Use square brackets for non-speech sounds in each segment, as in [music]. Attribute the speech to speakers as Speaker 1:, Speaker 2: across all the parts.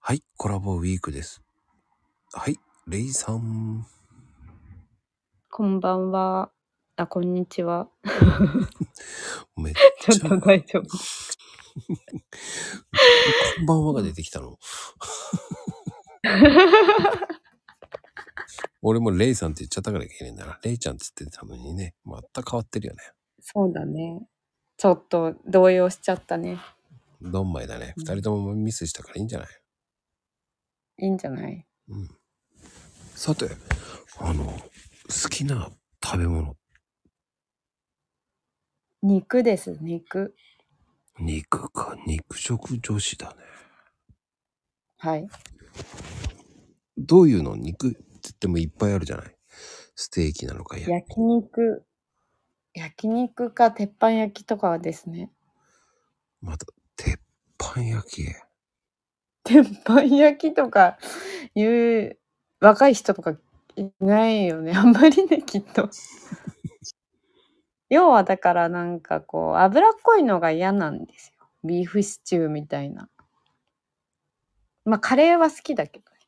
Speaker 1: はい、コラボウィークです。はい、レイさん。
Speaker 2: こんばんは。あ、こんにちは。
Speaker 1: めっ
Speaker 2: ちょっ
Speaker 1: ちゃ、こと
Speaker 2: 大丈夫。
Speaker 1: んばんはが出てきたの。俺もレイさんって言っちゃったからいけないんだな。レイちゃんって言ってたのにね、また変わってるよね。
Speaker 2: そうだね。ちょっと動揺しちゃったね。
Speaker 1: ドンマイだね。
Speaker 2: う
Speaker 1: 二
Speaker 2: ん
Speaker 1: 人ともミスしたからいいんじゃない
Speaker 2: いいんじゃない
Speaker 1: うん。さて、あの、好きな食べ物、
Speaker 2: 肉です、肉。
Speaker 1: 肉か、肉食女子だね。
Speaker 2: はい。
Speaker 1: どういうの肉って言ってもいっぱいあるじゃないステーキなのかや。
Speaker 2: 焼肉。焼肉か鉄板焼きとかですね。
Speaker 1: また、鉄板焼き。
Speaker 2: 鉄板焼きとかいう若い人とかいないよね。あ [laughs] んまりね、きっと。要はだからなんかこう、脂っこいのが嫌なんですよ。ビーフシチューみたいな。まあ、カレーは好きだけどね。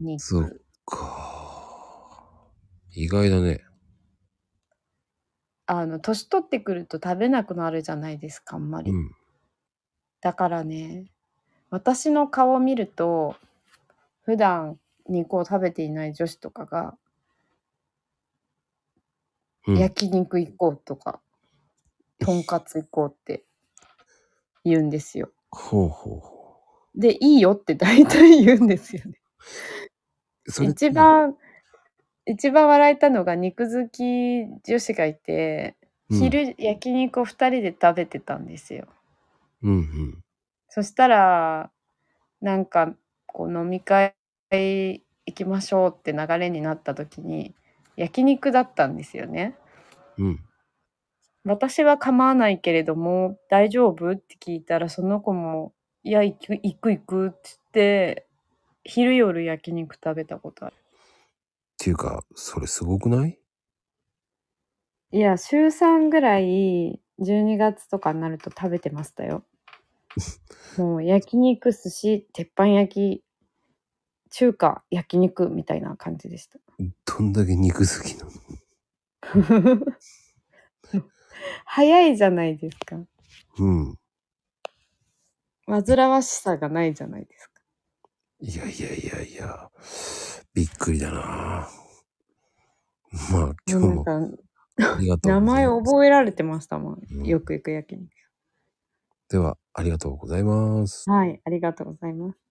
Speaker 2: 肉
Speaker 1: そっか。意外だね。
Speaker 2: あの、年取ってくると食べなくなるじゃないですか、あんまり。
Speaker 1: うん。
Speaker 2: だからね、私の顔を見ると、普段肉を食べていない女子とかが、
Speaker 1: うん、
Speaker 2: 焼肉行こうとか、とんかつ行こうって言うんですよ。
Speaker 1: ほうほうほ
Speaker 2: で、いいよって大体言うんですよね。
Speaker 1: う。それ
Speaker 2: 一番、一番笑えたのが肉好き女子がいて、
Speaker 1: うん、
Speaker 2: 昼焼肉を二人で食べてたんですよ。
Speaker 1: うんうん。
Speaker 2: そしたら、なんか、こう飲み会行きましょうって流れになった時に、焼肉だったんですよね。
Speaker 1: うん。
Speaker 2: 私は構わないけれども大丈夫って聞いたらその子も「いや行く行く行く」って言って昼夜焼肉食べたことある
Speaker 1: っていうか、それすごくない
Speaker 2: いや週3ぐらい12月とかになると食べてました [laughs] よもう焼肉寿司鉄板焼き中華焼肉みたいな感じでした
Speaker 1: どんだけ肉好きなの
Speaker 2: 早いじゃないですか
Speaker 1: うん。
Speaker 2: 煩わしさがないじゃないですか
Speaker 1: いやいやいやいや。びっくりだな。まあ、今日
Speaker 2: もう
Speaker 1: も
Speaker 2: なんか
Speaker 1: ありがとう
Speaker 2: 名
Speaker 1: ござい
Speaker 2: 前
Speaker 1: ます。
Speaker 2: 覚えられてましたもん。
Speaker 1: うん
Speaker 2: よく行く焼肉。
Speaker 1: では、ありがとうございます。
Speaker 2: はい、ありがとうございます。